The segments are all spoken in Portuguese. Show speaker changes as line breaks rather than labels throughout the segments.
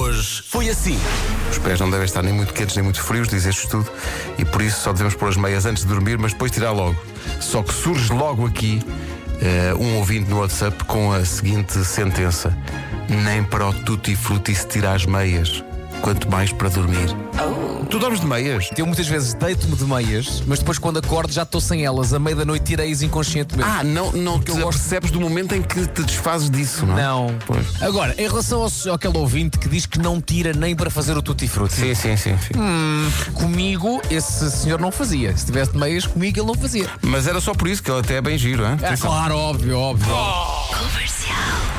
Hoje foi assim.
Os pés não devem estar nem muito quentes nem muito frios, diz este estudo, e por isso só devemos pôr as meias antes de dormir, mas depois tirar logo. Só que surge logo aqui eh, um ouvinte no WhatsApp com a seguinte sentença: Nem para o tutti frutti se tira as meias, quanto mais para dormir. Tu dormes de meias?
Eu muitas vezes deito-me de meias, mas depois quando acordo já estou sem elas. A meia da noite tirei-as inconscientemente.
Ah, não, não te
eu gosto.
percebes do momento em que te desfazes disso, não é?
Não.
Pois.
Agora, em relação ao, àquele ouvinte que diz que não tira nem para fazer o tutti frutti.
Sim, sim, sim. sim.
Comigo, esse senhor não fazia. Se tivesse de meias, comigo ele não fazia.
Mas era só por isso que ele até é bem giro, hein?
É claro, óbvio, óbvio.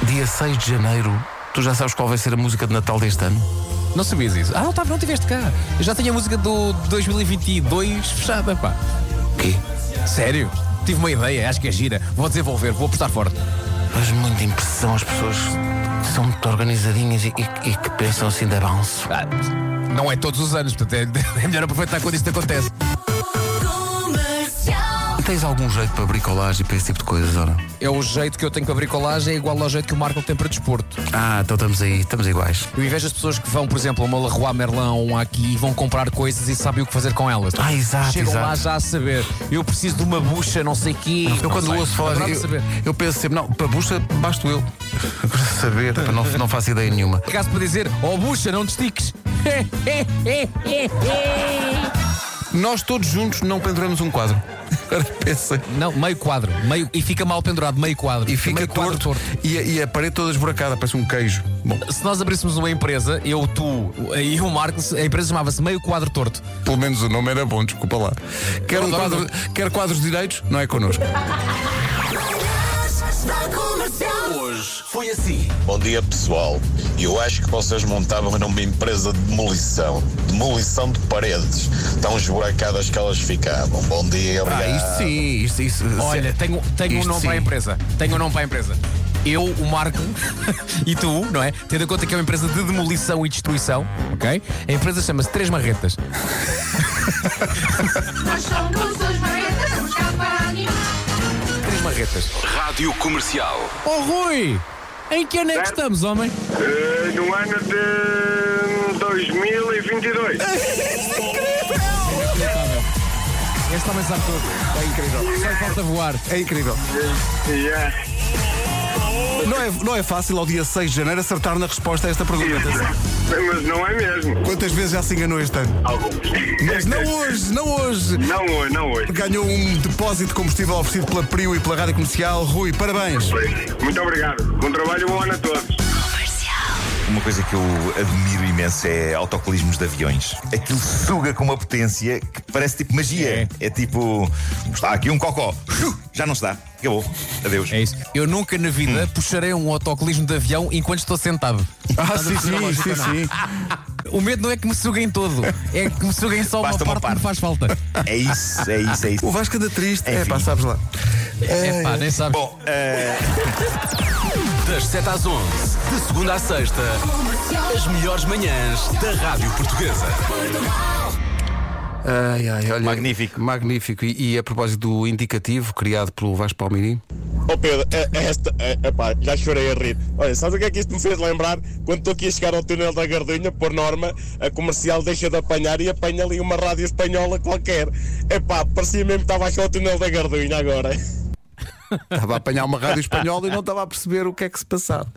Dia 6 de janeiro, tu já sabes qual vai ser a música de Natal deste ano?
Não sabias isso. Ah, Otávio, não tiveste cá. Eu já tinha a música do 2022 fechada, pá.
O quê?
Sério? Tive uma ideia, acho que é gira. Vou desenvolver, vou apostar forte.
Faz muita impressão as pessoas que são muito organizadinhas e, e- e que pensam assim de avanço.
Ah, não é todos os anos, portanto é, é melhor aproveitar quando isto acontece.
Tens algum jeito para bricolagem e para esse tipo de coisas, ora?
É o jeito que eu tenho para bricolagem, é igual ao jeito que o Marco tem para desporto.
Ah, então estamos aí, estamos iguais.
Eu invejo as pessoas que vão, por exemplo, a uma Leroy Merlin ou um aqui e vão comprar coisas e sabem o que fazer com elas.
Ah, exato,
Chegam
exato.
lá já a saber. Eu preciso de uma bucha, não sei quê.
Eu quando ouço falar,
Adorava
eu,
saber.
eu penso sempre, não, para bucha basto eu. Agora saber, pá, não, não faço ideia nenhuma.
Caso para dizer, oh bucha, não te estiques.
Nós todos juntos não penduramos um quadro. Agora pensa.
não, meio quadro. Meio, e fica mal pendurado, meio quadro.
E fica
meio quadro
torto, E, a, e a parede toda esburacada, parece um queijo. Bom,
Se nós abríssemos uma empresa, eu, tu e o Marcos, a empresa chamava-se Meio Quadro Torto.
pelo menos o nome era bom, desculpa lá. Quer, um
Adoro.
quadro, quer quadros direitos? Não é connosco.
Hoje foi assim.
Bom dia pessoal. Eu acho que vocês montavam numa empresa de demolição. Demolição de paredes. Tão esburacadas que elas ficavam. Bom dia, obrigado.
Ah, isto sim, isto, isto,
Olha, tenho, tenho um
Isto
nome para a
sim.
empresa. Tenho um nome para a empresa. Eu, o Marco e tu, não é? Tendo em conta que é uma empresa de demolição e destruição, ok? A empresa chama-se Três Marretas.
Nós somos os marretas, somos cá para animar.
Três Marretas.
Rádio Comercial.
Oh, Rui! Em que ano é que estamos, homem?
Eh, no ano hum, de 2022.
Este homem sabe tudo. É incrível. Só lhe falta voar.
É incrível.
Yeah.
Não é, não é fácil ao dia 6 de janeiro acertar na resposta a esta pergunta.
Isso. Mas não é mesmo.
Quantas vezes já se enganou este ano?
Alguns.
Mas não hoje, não hoje.
Não hoje, não hoje.
Ganhou um depósito de combustível oferecido pela Prio e pela Rádio Comercial. Rui, parabéns.
Muito obrigado. Bom trabalho e bom ano a todos.
é Uma coisa que eu admiro imenso é autocolismos de aviões. Aquilo suga com uma potência que parece tipo magia. É, tipo, está aqui um cocó. Xiu, Já não está. Acabou. Adeus.
É isso. Eu nunca na vida puxarei um autocolismo de avião enquanto estou sentado.
Hum. Ah,
Estás a
sim,
perceber
sim,
a lógica,
sim,
não? é?
sim.
O medo não é que me suguem todo, é que me suguem só uma
Basta uma
parte, que me faz
parte.
falta.
É isso, é isso, é isso.
O Vasco anda triste. É,
Enfim.
pá, sabes lá.
É pá, nem sabes.
Bom, eh,
Das 7 às 11, de segunda à sexta, as melhores manhãs da Rádio Portuguesa.
Ai, ai, olha.
Magnífico.
Magnífico. E, e a propósito do indicativo criado pelo Vasco Palmini.
Ó Pedro, é- é esta, é, epá, já chorei a rir. Olha, sabes o que é que isto me fez lembrar? Quando estou aqui a chegar ao túnel da Gardunha, por norma, a comercial deixa de apanhar e apanha ali uma rádio espanhola qualquer. Epá, parecia mesmo que estava a chegar ao túnel da Gardunha agora.
Estava a apanhar uma rádio espanhola e não estava a perceber o que é que se passava.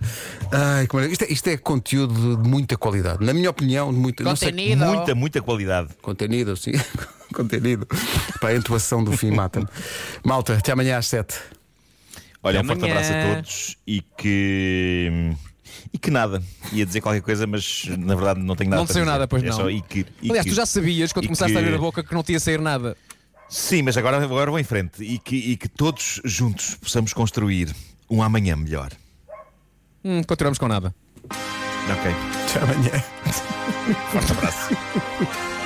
Ai, que maravilha. isto, é, isto é conteúdo de muita qualidade. Na minha opinião, de muita. não sei-
muita, muita qualidade.
Contenido, sim. Contenido. Para a intuação do fim, mata-me. Malta, até amanhã às 7.
Olha, um
Até
forte
amanhã.
abraço a todos e que. E que nada. Ia dizer qualquer coisa, mas na verdade não tenho nada
Não te
para
saiu
dizer.
nada, pois
É
não.
só e que- e
Aliás,
que-
tu já sabias quando
e
começaste a
que-
abrir a boca que não tinha sair nada.
Sim, mas agora, agora vou em frente. E que, e que todos juntos possamos construir um amanhã melhor.
Hum, continuamos com nada.
Ok.
Até amanhã.
Forte abraço.